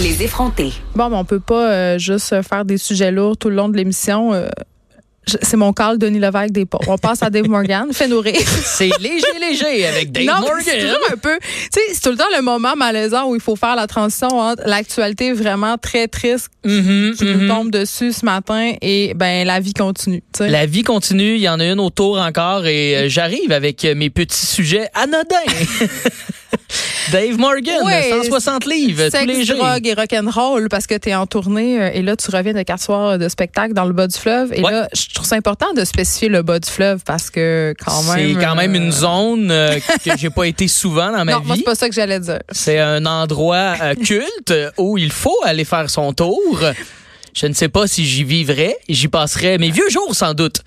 Les effrontés. Bon, mais on peut pas euh, juste faire des sujets lourds tout le long de l'émission. euh, je- c'est mon call Denis Levesque des pauvres. On passe à Dave Morgan. Fais-nous rire. C'est léger, léger avec Dave non, mais c'est Morgan. toujours un peu. Tu sais, c'est tout le temps le moment malaisant où il faut faire la transition entre l'actualité vraiment très triste Mhm, qui nous mhm. tombe dessus ce matin et ben la vie continue. tu sais. La vie continue, il y en a une autour encore et euh, j'arrive avec euh, mes petits sujets anodins. Dave Morgan, Ouais, 160 livres, tous les Sexe, jours. drogue et rock'n'roll parce que tu es en tournée euh, et là tu reviens de quatre soirs de spectacle dans le bas du fleuve et Ouais. là je trouve ça important de spécifier le bas du fleuve parce que quand C'est même quand même euh, une zone euh, que j'ai pas été souvent dans ma non, moi, vie. c'est pas ça que j'allais dire. C'est un endroit euh, culte où il faut aller faire son tour. Je ne sais pas si j'y vivrai, j'y passerai mes vieux jours sans doute.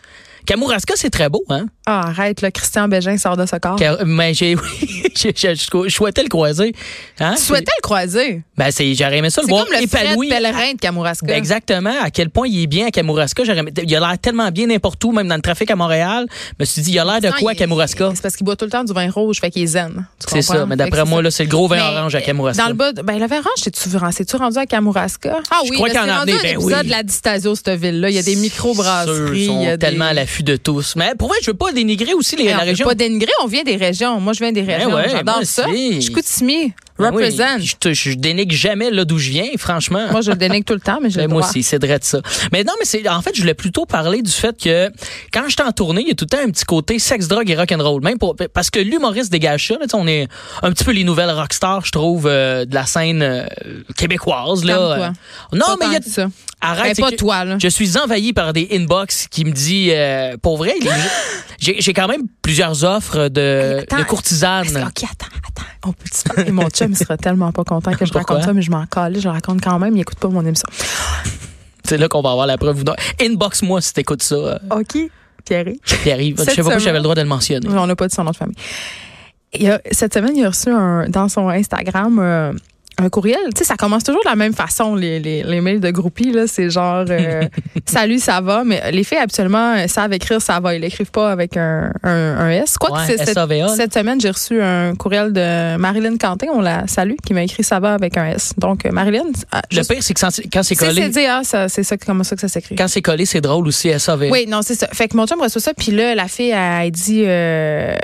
Kamouraska, c'est très beau, hein? Ah, arrête, là, Christian Bégin sort de ce corps. Car- mais j'ai, oui, j'ai- j'ai- je souhaitais le croiser. Hein? Tu souhaitais le croiser. Ben, c'est, j'aurais aimé ça le C'est voir comme le Fred épanoui. pèlerin de Kamouraska. Ben, exactement. À quel point il est bien à Kamouraska. J'aurais aimé- Il a l'air tellement bien n'importe où, même dans le trafic à Montréal. Je me suis dit, il a l'air de Non, quoi à il- Kamouraska? C'est parce qu'il boit tout le temps du vin rouge, fait qu'il est zen. Tu C'est comprends? ça. Mais Fait que d'après c'est moi, ça. là, c'est le gros vin Mais, orange à Kamouraska. Dans le bas, de- ben, le vin orange, c'est-tu rendu, c'est-tu rendu à Kamouraska? Ah oui, crois ben, qu'il c'est en a rendu amené, un ben épisode oui. de la dystasio, cette ville-là. Il y a des micro-brasseries. Ceux il sont y a des- tellement à l'affût de tous. Mais pour vrai, je veux pas dénigrer aussi les, Mais on la peut région. Ben pas dénigrer, on vient des régions. Moi, je viens des régions. ouais, J'adore moi ça. aussi. Je suis Chicoutimi. Ben oui, Represent. je, te- je dénigre jamais là d'où je viens, franchement. Moi, je le dénigre tout le temps, mais je Ben, le moi droit. aussi, c'est vrai de ça. Mais non, mais c'est en fait, je voulais plutôt parler du fait que quand j'étais en tournée, il y a tout le temps un petit côté sexe, drogue et rock'n'roll. Même pour, parce que l'humoriste dégage ça. Là, tu sais, on est un petit peu les nouvelles rockstars, je trouve, euh, de la scène euh, québécoise. Là. Comme quoi? Euh, Non, Pas mais il y a... tant que ça. Arrête, Ben, c'est pas que- toi, là. Je suis envahi par des inbox qui me dit, euh, pour vrai, les- j'ai j'ai quand même plusieurs offres de, Attends. de courtisanes. OK, attends, attends. On peut se parler? Mon chum, il sera tellement pas content que je Pourquoi? raconte ça, mais je m'en calais, je le raconte quand même. Il écoute pas mon émission. C'est là qu'on va avoir la preuve. ou non. Inbox-moi si t'écoutes ça, euh, OK, Pierre. Pierre-Yves. Je Cette sais pas si semaine- j'avais le droit de le mentionner. On n'a pas dit son nom de famille. Il y a- cette semaine, il a reçu un, dans son Instagram euh, un courriel. Tu sais, ça commence toujours de la même façon, les, les, les mails de groupies. là. C'est genre euh, Salut, ça va. Mais les filles, absolument, savent écrire ça va. Ils l'écrivent pas avec un, un- un S. Quoi que Ouais, c'est- cette, SAVA, là. cette semaine, j'ai reçu un courriel de Marilyn Cantin, on la salue, qui m'a écrit ça va avec un S. Donc, euh, Marilyn, ah, Le juste- pire, c'est que sans- quand c'est c'est collé, CDA, ça- c'est ça, comme ça que ça s'écrit. quand c'est collé, c'est drôle aussi, SAV. Oui, non, c'est ça. Fait que mon chum reçoit ça, puis là, la fille, elle, elle dit. euh,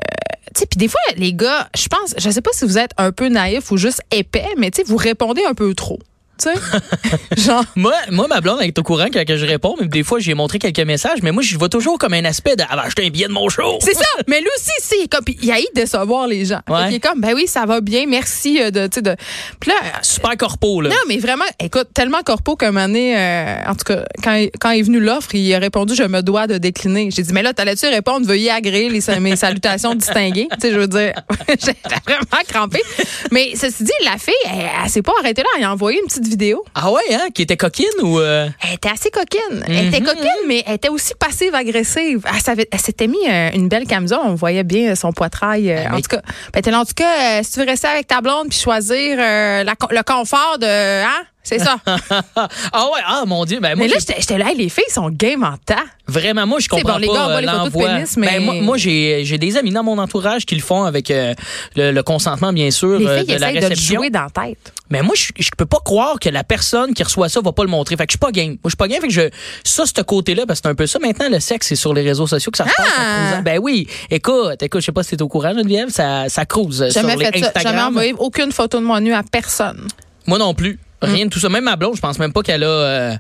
Tu sais, puis des fois, les gars, je pense, je sais pas si vous êtes un peu naïf ou juste épais, mais tu sais, vous répondez un peu trop. Tu sais? Genre. Moi, moi, ma blonde elle est au courant que, que je réponds, mais des fois, j'ai montré quelques messages, mais moi, je le vois toujours comme un aspect de, ah, ben, acheter un billet de mon show. C'est ça, mais lui aussi, c'est il est comme, puis il haït décevoir les gens. Fait Ouais. qu'il est comme, ben oui, ça va bien, merci euh, de, tu sais, de. Puis là, Super corpo, là. Non, mais vraiment, écoute, tellement corpo qu'un moment donné, euh, en tout cas, quand, quand est venu l'offre, il a répondu Je me dois de décliner. J'ai dit Mais là, t'allais-tu répondre Veuillez agréer les, mes salutations distinguées. Tu sais, je veux dire, j'ai vraiment crampé. Mais ceci dit, la fille, elle, elle s'est pas arrêtée là. Elle a envoyé une petite vidéo. Ah ouais, hein, qui était coquine ou, euh, Elle était assez coquine. Elle était coquine, mais elle était aussi passive-agressive. Elle, savait- elle s'était mis euh, une belle camisole. On voyait bien son poitrail. euh, en, mais- tout cas, Ben, elle était là, en tout cas, euh, si tu veux rester avec ta blonde puis choisir euh, la co- le confort de. Hein? C'est ça. ah ouais, ah, mon dieu, ben, moi, Mais là, j'ai- j'étais j'étais là, Hey, les filles sont game en temps. Vraiment, moi, je C'est comprends bon, les pas gars, on voit euh, les photos de l'envoi. pénis, mais- Ben, moi, moi, j'ai j'ai des amis dans mon entourage qui le font avec euh, le, le consentement, bien sûr, Les euh, filles de la essayent de le réception. jouer dans la tête. mais moi, je, je peux pas croire que la personne qui reçoit ça va pas le montrer. Fait que je suis pas game. Moi, je suis pas game. Fait que je, ça, ce côté-là, parce que c'est un peu ça. Maintenant, le sexe, c'est sur les réseaux sociaux que ça se passe. Ah! en cruisant. Ben oui. Écoute, écoute, je sais pas si t'es au courant, Geneviève, ça, ça cruise euh, sur Jamais les fait ça. Jamais Instagram. envoyé Mm. aucune photo de moi nue à personne. Moi non plus. Rien de tout ça. Même ma blonde, je pense même pas qu'elle a euh,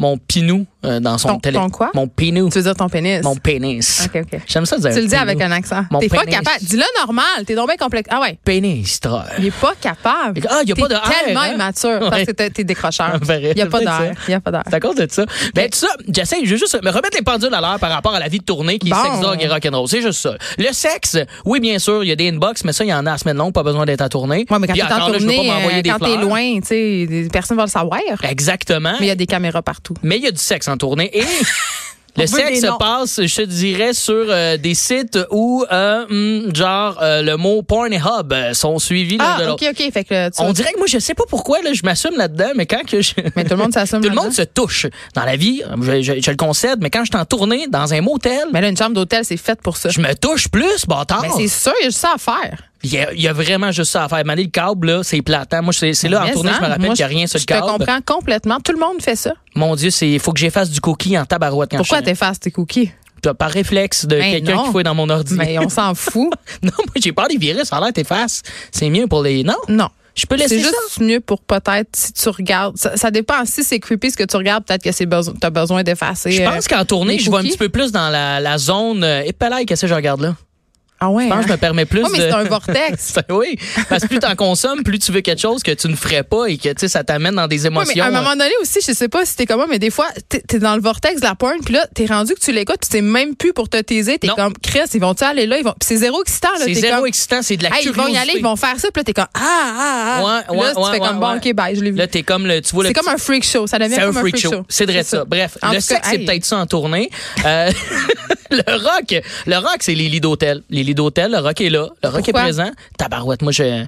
mon pinou euh, dans son Ton- télé. ton quoi? Mon pénis. Tu veux dire ton pénis? Mon pénis. OK, OK. J'aime ça dire. Tu le dis pénis. avec un accent. Mon T'es pas pénis. capable. Dis-le normal. T'es donc bien complexe. Ah ouais. Pénis, toi. Il est pas capable. Ah, il y a T'es pas de air, tellement hein? immature parce Ouais. que t'es- t'es décrocheur. Ça me fait rire. Il y a pas C'est ça. d'air. Il y a pas d'air. C'est à cause de ça. Ben, tout ça, j'essaie, je veux juste me remettre les pendules à l'heure par rapport à la vie de tournée qui est Bon. sex, drogue et rock'n'roll. C'est juste ça. Le sexe, oui, bien sûr, il y a des inbox, mais ça, il y en a à semaine longue, pas besoin d'être à tournée. Ouais, mais quand Puis t'es en encore là, je veux pas tournée, m'envoyer euh, des quand t'es fleurs. loin, tu sais, personne va le savoir. Exactement. Mais il y a des caméras partout. mais il y a du sexe en tournée. On Et veut des le sexe se noms. passe, je te dirais, sur euh, des sites où, euh, hmm, genre, euh, le mot Pornhub euh, sont suivis l'un de Ah, l'autre. ok, ok. Fait que euh, tu On dirait que moi, je sais pas pourquoi, là, je m'assume là-dedans, mais quand que je... Mais tout le monde s'assume Tout le monde là-dedans. se touche. Dans la vie, je, je- je le concède, mais quand je suis en tournée dans un motel, Mais là, une chambre d'hôtel, c'est faite pour ça. je me touche plus, bâtard. Mais c'est sûr, il y a juste ça à faire. Il y, a, il y a vraiment juste ça à faire. Maner le câble, là, c'est plate. hein. Moi, c'est c'est là, en Mais tournée, je me non, rappelle moi, qu'il n'y a rien sur le Je te câble. comprends complètement. Tout le monde fait ça. Mon Dieu, il faut que j'efface du cookie en tabarouette quand Pourquoi je suis t'effaces tes cookies? T'as Par réflexe de Ben quelqu'un non. qui fouille dans mon ordi. Mais on s'en fout. Non, moi, j'ai peur des virus. En l'air, t'effaces. C'est mieux pour les. Non? Non. Je peux C'est laisser juste mieux pour peut-être si tu regardes. Ça, ça dépend. Si c'est creepy ce que tu regardes, peut-être que c'est besoin, t'as besoin d'effacer. ça. Je euh, pense qu'en tournée, les je vais un cookies. petit peu plus dans la, la zone. Euh, épelaille, qu'est-ce que je regarde là? Ah ouais. Je pense que je me euh, permets plus. Ouais, mais de- c'est un vortex. Ça, oui, parce que plus t'en consommes, plus tu veux quelque chose que tu ne ferais pas et que tu sais, ça t'amène dans des Ouais, émotions. mais à un moment donné aussi, je sais pas si t'es comme moi, mais des fois, t'es t'es dans le vortex de la porn, puis là, t'es rendu que tu l'écoutes, puis t'es même plus pour te taiser. T'es Non. comme, Chris, ils vont-tu aller là? Ils vont... Puis c'est zéro excitant, là. euh, C'est t'es zéro comme, excitant, c'est de la Hey, ils curiosité. vont y aller, ils vont faire ça, puis là, t'es comme, ah, ah, ah. Ouais, ouais, là, tu ouais, fais comme, ouais, bon, ouais. OK, bye, je l'ai vu. Là, t'es comme le, tu vois le C'est petit- comme un freak show. Ça devient C'est comme un freak show. C'est vrai ça. Bref, En le tout sexe, cas, c'est hey. peut-être ça en tournée. Euh, le rock, le rock, c'est les lits d'hôtel. Les lits d'hôtel, le rock est là. Le rock Pourquoi? est présent. Tabarouette, moi, je, Moi,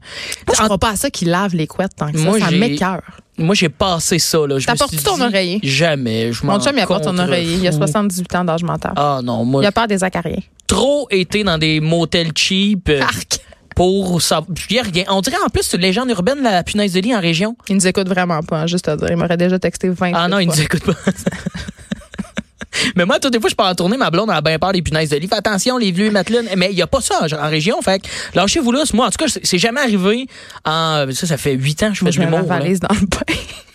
je crois pas à ça qu'ils lavent les couettes tant que ça. Moi, ça j'ai- m'écoeure. moi, j'ai passé ça, là. Je me T'apportes-tu suis ton dit, oreiller? Jamais. Je Mon m'en chum, il apporte son contre- oreiller. Il a 78 ans d'âge mental. Ah, non, moi, Il a peur des acariens. trop été dans des motels cheap. euh, Arc! Pour ça, il y a rien. On dirait en plus c'est une légende urbaine la punaise de lit en région. Il nous écoute vraiment pas, hein, juste à dire. Il m'aurait déjà texté 20 Ah non, il nous écoute pas. Mais moi, toutes les fois, je pars en tournée, ma blonde a bien peur des punaises de lit. Fais attention, les vieux matelots. Mais il n'y a pas ça en région. Fait que lâchez-vous là. Moi, en tout cas, c'est- c'est jamais arrivé. En, ça, ça fait huit ans que je fais Je du mets ma l'humour. là. valise dans le bain.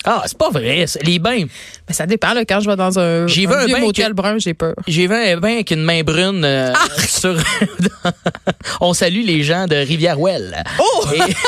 Ah, c'est pas vrai. c'est- Les bains. Mais ça dépend, là, quand je vais dans un, J'y un vais un vieux bain motel que- brun, j'ai peur. J'ai vu un bain avec une main brune euh, sur. On salue les gens de Rivière-Ouelle. Oh!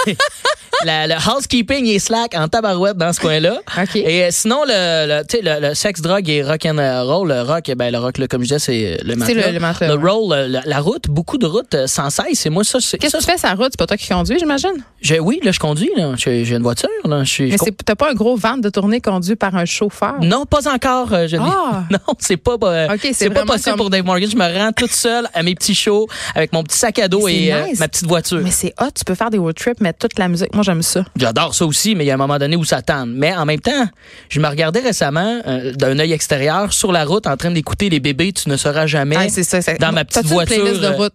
Et- la- le housekeeping est slack en tabarouette dans ce coin-là. OK. Et euh, sinon, le, le, tu sais, le, le sexe, drogue et rock'n'roll, le rock, ben, le rock, là, comme je disais, c'est le matelas. le- le matelas, ouais. roll, euh, la, la route, beaucoup de routes euh, sans cesse. Et moi, ça, c'est. Qu'est-ce que ça, tu fais sur la route? C'est pas toi qui conduis, j'imagine? je- Oui, là, je conduis, là. J'ai j'ai une voiture, là. Je suis- Mais je c'est- t'as pas un gros ventre de tournée conduit par un chauffeur? non, pas encore, euh, Geneviève. Ah! Non, c'est pas, euh, Ok, c'est c'est pas vraiment possible comme- pour Dave Morgan. Je me rends toute seule à mes petits shows avec mon petit sac à dos Mais c'est et euh, nice. ma petite voiture. Mais c'est hot, tu peux faire des road trips, mettre toute la musique. Moi, j'aime ça. J'adore ça aussi, mais il y a un moment donné où ça tente. Mais en même temps, je me regardais récemment euh, d'un œil extérieur sur la route en train d'écouter les bébés, tu ne seras jamais. Ah, c'est ça, c'est- Dans ma petite T'as-tu une voiture. playlist de euh, route?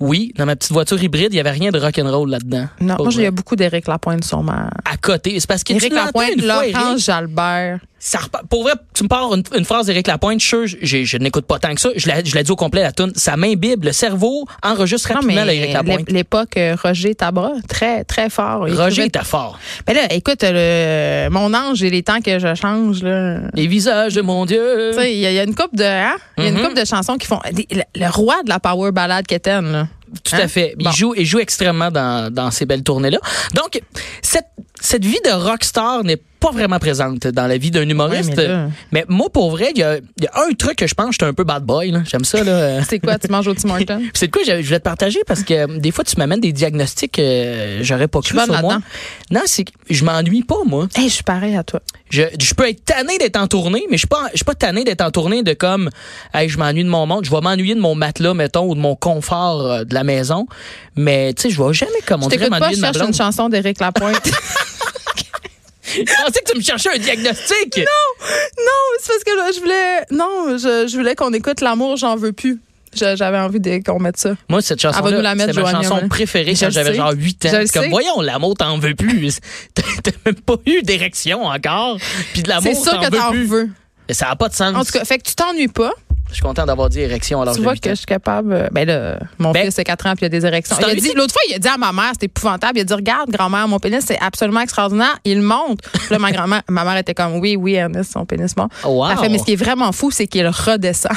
oui, dans ma petite voiture hybride, il y avait rien de rock'n'roll là-dedans. Non, Pas moi, il y vrai. a beaucoup d'Éric Lapointe sur ma. à côté, c'est parce qu'il Éric Lapointe, Laurence Jalbert. ça repart- pour vrai, tu me parles une, une phrase d'Éric Lapointe, je, suis sûr, j'ai- je n'écoute pas tant que ça. Je la, je la dis au complet, la tune. Ça m'imbibe, le cerveau enregistre Non, rapidement mais l'Éric Lapointe. l'ép- l'époque, euh, Roger Tabra, très, très fort. Il Roger écrivait- était fort. Mais là, écoute, euh, le- mon ange, et les temps que je change, là. Les visages de mon Dieu. Tu sais, il y, a- il y a une coupe de, hein? Il y a une Mhm. couple de chansons qui font. des- le, le roi de la power ballade qu'Étienne, là. Tout Hein? à fait. Il, Bon. joue, il joue extrêmement dans, dans ces belles tournées-là. Donc, cette, cette vie de rockstar n'est pas vraiment présente dans la vie d'un humoriste. Ouais, mais là- mais, moi, pour vrai, il y a, il y a un truc que je pense que j'étais un peu bad boy. là. euh, J'aime ça. Là. C'est quoi, tu manges au Tim Hortons? Puis C'est de quoi je je voulais te partager parce que euh, des fois, tu m'amènes des diagnostics que euh, j'aurais pas cru bonne sur moi. là-dedans. Non, c'est que je m'ennuie pas, moi. Hey, je suis pareil à toi. Je, je peux être tanné d'être en tournée, mais je suis pas, je suis pas tanné d'être en tournée de comme, hey, je m'ennuie de mon monde, je vais m'ennuyer de mon matelas, mettons, ou de mon confort euh, de la maison. Mais, tu sais, je vais jamais, comme Je on dirait, t'écoute pas, m'ennuyer je de ma cherche blonde. une chanson d'Éric Lapointe. Je pensais que tu me cherchais un diagnostic. non, c'est parce que là, je voulais. Non, je, je voulais qu'on écoute L'amour, j'en veux plus. Je- J'avais envie de- qu'on mette ça. Moi, cette Elle chanson, Ah, va nous la là mettre, c'était ma Joanie, chanson ouais. préférée Je quand le j'avais sais. genre 8 ans. Je le C'est comme, sais. voyons, l'amour, t'en veux plus. T'as t'as même pas eu d'érection encore. Puis de l'amour, C'est sûr que t'en t'en veux plus. veux. Ça n'a pas de sens. En tout cas, fait que tu t'ennuies pas. Je suis content d'avoir dit érection alors Tu vois que je suis capable. euh, Ben là, mon Ben, fils a 4 ans puis il a des érections. tu t'en Il a es dit- dit- L'autre fois, il a dit à ma mère, c'est épouvantable. Il a dit Regarde, grand-mère, mon pénis, c'est absolument extraordinaire. Il monte. Puis là, ma grand-mère, ma mère était comme Oui, oui, Ernest, son pénis monte. Wow. Elle fait, mais ce qui est vraiment fou, c'est qu'il redescend.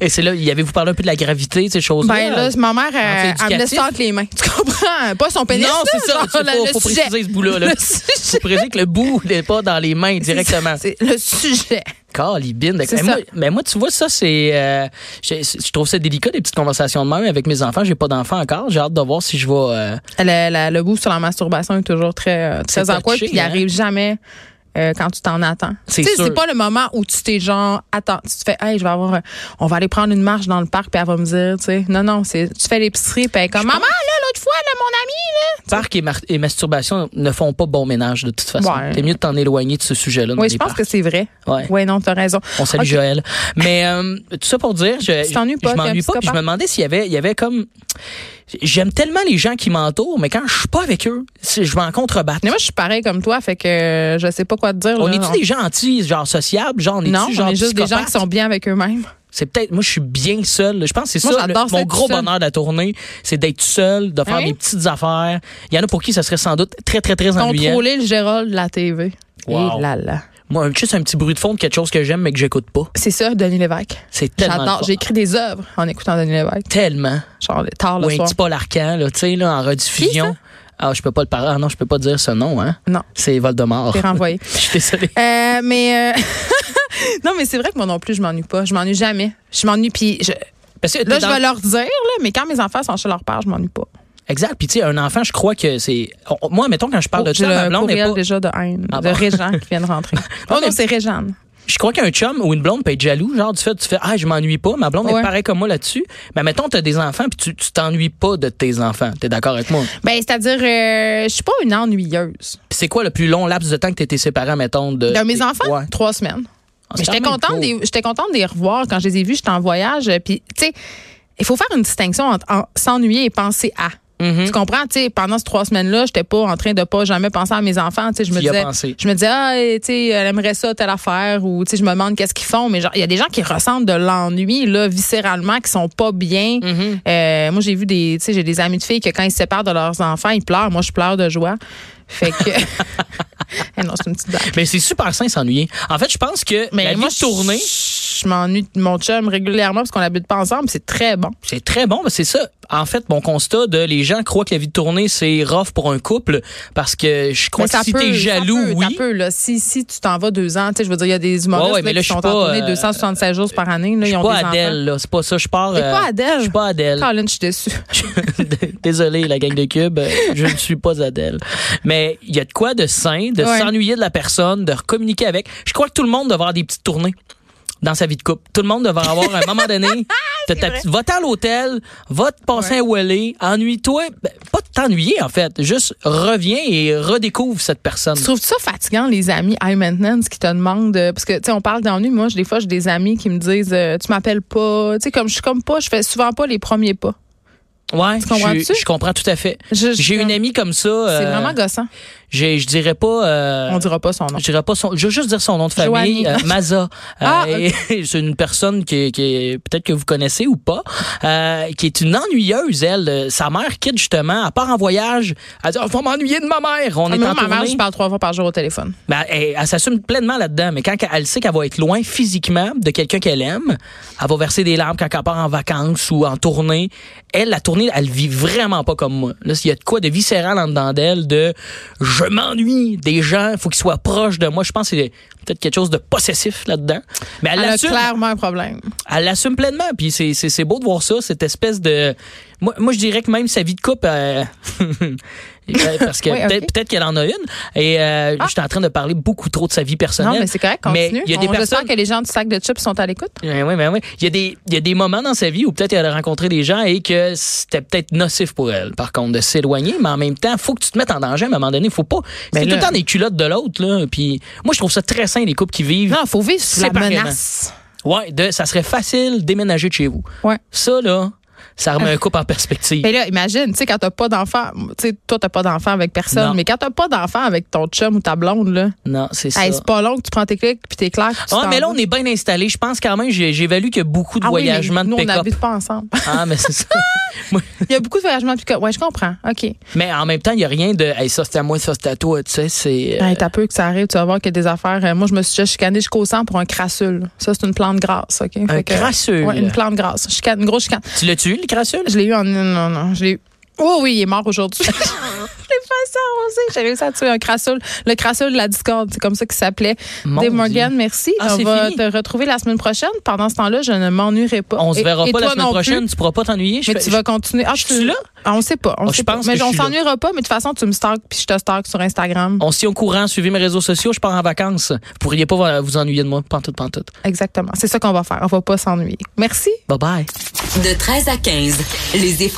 Et c'est là, il avait vous parlé un peu de la gravité, de ces choses-là. Ben là, ma mère, elle, elle me laisse éducatif. ça entre les mains. Tu comprends? Pas son pénis. non, c'est là, ça. genre, Il faut, le- faut le sujet. préciser ce bout-là. Là. Le faut préciser que le bout n'est pas dans les mains directement. C'est le sujet. Calibine. C'est Mais ça. moi, mais moi, tu vois, ça, c'est. euh, je, je trouve ça délicat, des petites conversations de même avec mes enfants. J'ai pas d'enfants encore. J'ai hâte de voir si je vais. euh, Le, la- le bout sur la masturbation est toujours très, euh, C'est très en quoi, touché, puis il hein? arrive jamais euh, quand tu t'en attends. C'est Tu sais, sûr. C'est pas le moment où tu t'es genre, attends, tu te fais, hey, je vais avoir, un- on va aller prendre une marche dans le parc, puis elle va me dire, tu sais, non, non, c'est, tu fais l'épicerie, puis elle est comme, maman, là, l'autre fois, là, mon ami, là. Parc et, mar- et masturbation ne font pas bon ménage de toute façon. Ouais. C'est mieux de t'en éloigner de ce sujet-là. dans Oui, les je pense parcs. que c'est vrai. Ouais. Oui, non, t'as raison. On salue Ok. Joël. Mais euh, tout ça pour dire, je Tu t'ennuies je- pas, je t'es un m'ennuie pas. puis Je psychopathe. me demandais s'il y avait, il y avait comme, j'aime tellement les gens qui m'entourent, mais quand je suis pas avec eux, c'est- je m'en contrebatte. Mais moi, je suis pareil comme toi, fait que euh, je sais pas quoi te dire. On là. est-tu des gens anti, genre sociables, genre on est-tu Non, on genre est juste des gens qui psychopathes? sont bien avec eux-mêmes. C'est peut-être, moi je suis bien seul. Je pense que c'est Moi, ça le- j'adore mon ça, gros être seul. Ah bonheur de la tournée, c'est d'être seul, de faire oui? des petites affaires. Il y en a pour qui ça serait sans doute très très très ennuyeux. Contrôler le Gérald de la TV. Wow. Et là, là. Moi un- juste un petit bruit de fond de quelque chose que j'aime mais que j'écoute pas. C'est ça, Denis Lévesque. C'est tellement J'adore. le fun. J'ai écrit des œuvres en écoutant Denis Lévesque. tellement. Genre le- tard le ou un soir. petit Paul Arcand, là, tu sais, là, en rediffusion. Qui, ah, je peux pas le parler. Ah non, je peux pas dire ce nom, hein. Non, C'est Voldemort. t'es renvoyé. Je suis désolé. Euh, mais euh, non, mais c'est vrai que moi non plus, je m'ennuie pas. Je m'ennuie jamais. Je m'ennuie puis je- Parce que t'es là, je dans- vais leur dire là, mais quand mes enfants sont chez leur père, je m'ennuie pas. Exact. Puis tu sais, un enfant, je crois que c'est. on- Moi, mettons quand je parle Oh, de J'ai chum, ma le blonde n'est courriel pas. déjà de haine Ah de bon? Réjean qui vient de rentrer. Oh, Non, non, mais- non, c'est Réjeanne. Je crois qu'un chum ou une blonde peut être jaloux, genre du fait tu fais ah je m'ennuie pas, ma blonde est Ouais. pareil comme moi là-dessus. Mais mettons t'as des enfants puis tu tu t'ennuies pas de tes enfants. T'es d'accord avec moi Puis Ben c'est-à-dire, euh, je suis pas une ennuyeuse. c'est quoi le plus long laps de temps que t'étais séparé mettons de De mes enfants, Ouais. trois semaines. Mais Ah, c'est J'étais quand même contente, court. des- j'étais contente de les revoir quand je les ai vus. J'étais en voyage. euh, Puis, tu sais, il faut faire une distinction entre en- s'ennuyer et penser à. Mhm. Tu comprends? Tu sais, pendant ces trois semaines-là, j'étais pas en train de pas jamais penser à mes enfants. Tu sais, je me Tu y as disais, pensé. je me disais, ah, eh, tu sais, elle aimerait ça, telle affaire, ou tu sais, je me demande qu'est-ce qu'ils font. Mais genre, il y a des gens qui ressentent de l'ennui, là, viscéralement, qui sont pas bien. Mhm. Euh, moi, j'ai vu des, tu sais, j'ai des amis de filles que quand ils se séparent de leurs enfants, ils pleurent. Moi, je pleure de joie. Fait que. Eh non, c'est une petite blague. Mais c'est super sain s'ennuyer. En fait, je pense que Mais la moi, vie je- tournée Je m'ennuie de mon chum régulièrement parce qu'on habite pas ensemble. C'est très bon. C'est très bon, mais c'est ça. En fait, mon constat de les gens croient que la vie de tournée, c'est rough pour un couple parce que je crois Mais ça que si peut, t'es ça jaloux, peut, ça oui. peut, là. Si, si tu t'en vas deux ans, tu sais, je veux dire, il y a des humoristes Ouais, ouais, mais là, là, qui je suis sont pas, en tournée euh, 276 jours par année. Là, Je ils suis ont pas des Adèle, là. C'est pas ça. Je pars. T'es euh, pas Adèle? Je suis pas Adèle. enfants. Colin, je suis déçue. Désolé, la gang de cubes, euh, je ne suis pas Adèle. Mais il y a de quoi de sain, de Ouais. s'ennuyer de la personne, de communiquer avec. Je crois que tout le monde devrait avoir des petites tournées dans sa vie de couple. Tout le monde devrait avoir à un moment donné. t'as ta petite- va à l'hôtel, va te passer un welly, ennuie-toi. Ben, pas de t'ennuyer, en fait. Juste reviens et redécouvre cette personne. Tu trouves ça fatigant, les amis high maintenance qui te demandent, euh, parce que, tu sais, on parle d'ennui. Moi, j'ai- des fois, j'ai des amis qui me disent, euh, tu m'appelles pas. Tu sais, comme je suis comme pas, je fais souvent pas les premiers pas. Ouais, comprends-tu? je, je comprends tout à fait. Je- je- J'ai une amie comme ça. C'est euh, vraiment gossant. j'ai- Je dirais pas. euh, On dira pas son nom. Je dirais pas son. Je veux juste dire son nom de famille, Joanie. euh, Maza. Euh, Ah, et- c'est une personne qui, qui est- peut-être que vous connaissez ou pas, euh, qui est une ennuyeuse. Elle, Euh, sa mère quitte justement, elle part en voyage. Elle dit, oh, va m'ennuyer de ma mère. On Ah, est mais en moi, ma mère, tournée. je parle trois fois par jour au téléphone. Ben, elle, elle s'assume pleinement là-dedans, mais quand elle sait qu'elle va être loin physiquement de quelqu'un qu'elle aime, elle va verser des larmes quand elle part en vacances ou en tournée. Elle, la tournée, elle vit vraiment pas comme moi. Là, il y a de quoi de viscéral en dedans d'elle, de je m'ennuie des gens, faut qu'ils soient proches de moi. Je pense que c'est peut-être quelque chose de possessif là-dedans. Mais elle Elle a l'assume. clairement un problème. Elle l'assume pleinement. Puis c'est, c'est, c'est beau de voir ça, cette espèce de. Moi, moi, je dirais que même sa vie de couple. euh, parce que Oui, ok. Ah. peut-être, peut-être qu'elle en a une. Et euh, je suis en train de parler beaucoup trop de sa vie personnelle. Non, mais c'est correct, Mais continue. il y a des On- J'espère personnes. que les gens du sac de chips sont à l'écoute. Ouais, ouais, ouais, ouais. Il, y a des, il y a des moments dans sa vie où peut-être elle a rencontré des gens et que c'était peut-être nocif pour elle, par contre, de s'éloigner. Mais en même temps, faut que tu te mettes en danger à un moment donné. Faut pas. Ben c'est là- tout le temps des culottes de l'autre. Là. Puis moi, je trouve ça très sain, les couples qui vivent. Non, faut vivre sous la Séparément. menace. Ouais, de, ça serait facile de déménager de chez vous. Ouais. Ça, là, Ça Ah. remet un couple en perspective. Mais là, imagine, tu sais, quand t'as pas d'enfant, tu sais, toi, t'as pas d'enfant avec personne, Non. mais quand t'as pas d'enfant avec ton chum ou ta blonde, là, Non, c'est ça. hey, c'est pas long que tu prends tes clics puis t'es clair. Ah, mais là, on est bien installé. Je pense quand même, j'ai- j'évalue qu'il y a beaucoup de ah, oui, mais voyagements nous, de on pick-up. n'habite pas ensemble. Ah, mais c'est ça. Moi- Il y a beaucoup de voyagements de pick-up. Ouais, je comprends. OK. mais en même temps, il n'y a rien de hey, ça c'est à moi, ça c'est à toi. Tu sais, c'est. euh, Hey, t'as peu que ça arrive, tu vas voir qu'il y a des affaires. Euh, moi, je me suis déjà chicanée jusqu'au sang pour un crassule. Ça, c'est une plante grasse, OK? Un Fait que- crassule. Ouais, une plante grasse. Chicane, une grosse chicane. tu l'as tué, le crassule? Je l'ai eu en. Non, non, non. Je l'ai eu. Oh oui, il est mort aujourd'hui. je l'ai passé arrosé. J'ai réussi à tuer un crassule. Le crassule de la discorde, c'est comme ça qu'il s'appelait. Mon Dave Dieu. Morgan, merci. Ah, On c'est va fini? te retrouver la semaine prochaine. Pendant ce temps-là, je ne m'ennuierai pas. On se Et- verra et pas la toi semaine non plus. prochaine. Tu pourras pas t'ennuyer. Je Mais fais- tu vas continuer. Ah, je suis là? Ah, on sait pas. On Ah, je sait pas. pense Mais que on je suis s'ennuiera pas, mais de toute façon, tu me stalks puis je te stalk sur Instagram. On s'y est au courant. Suivez mes réseaux sociaux. Je pars en vacances. Vous pourriez pas euh, vous ennuyer de moi. Pantoute, pantoute. Exactement. C'est ça qu'on va faire. On va pas s'ennuyer. Merci. Bye bye. De 13 à 15, les effrontés.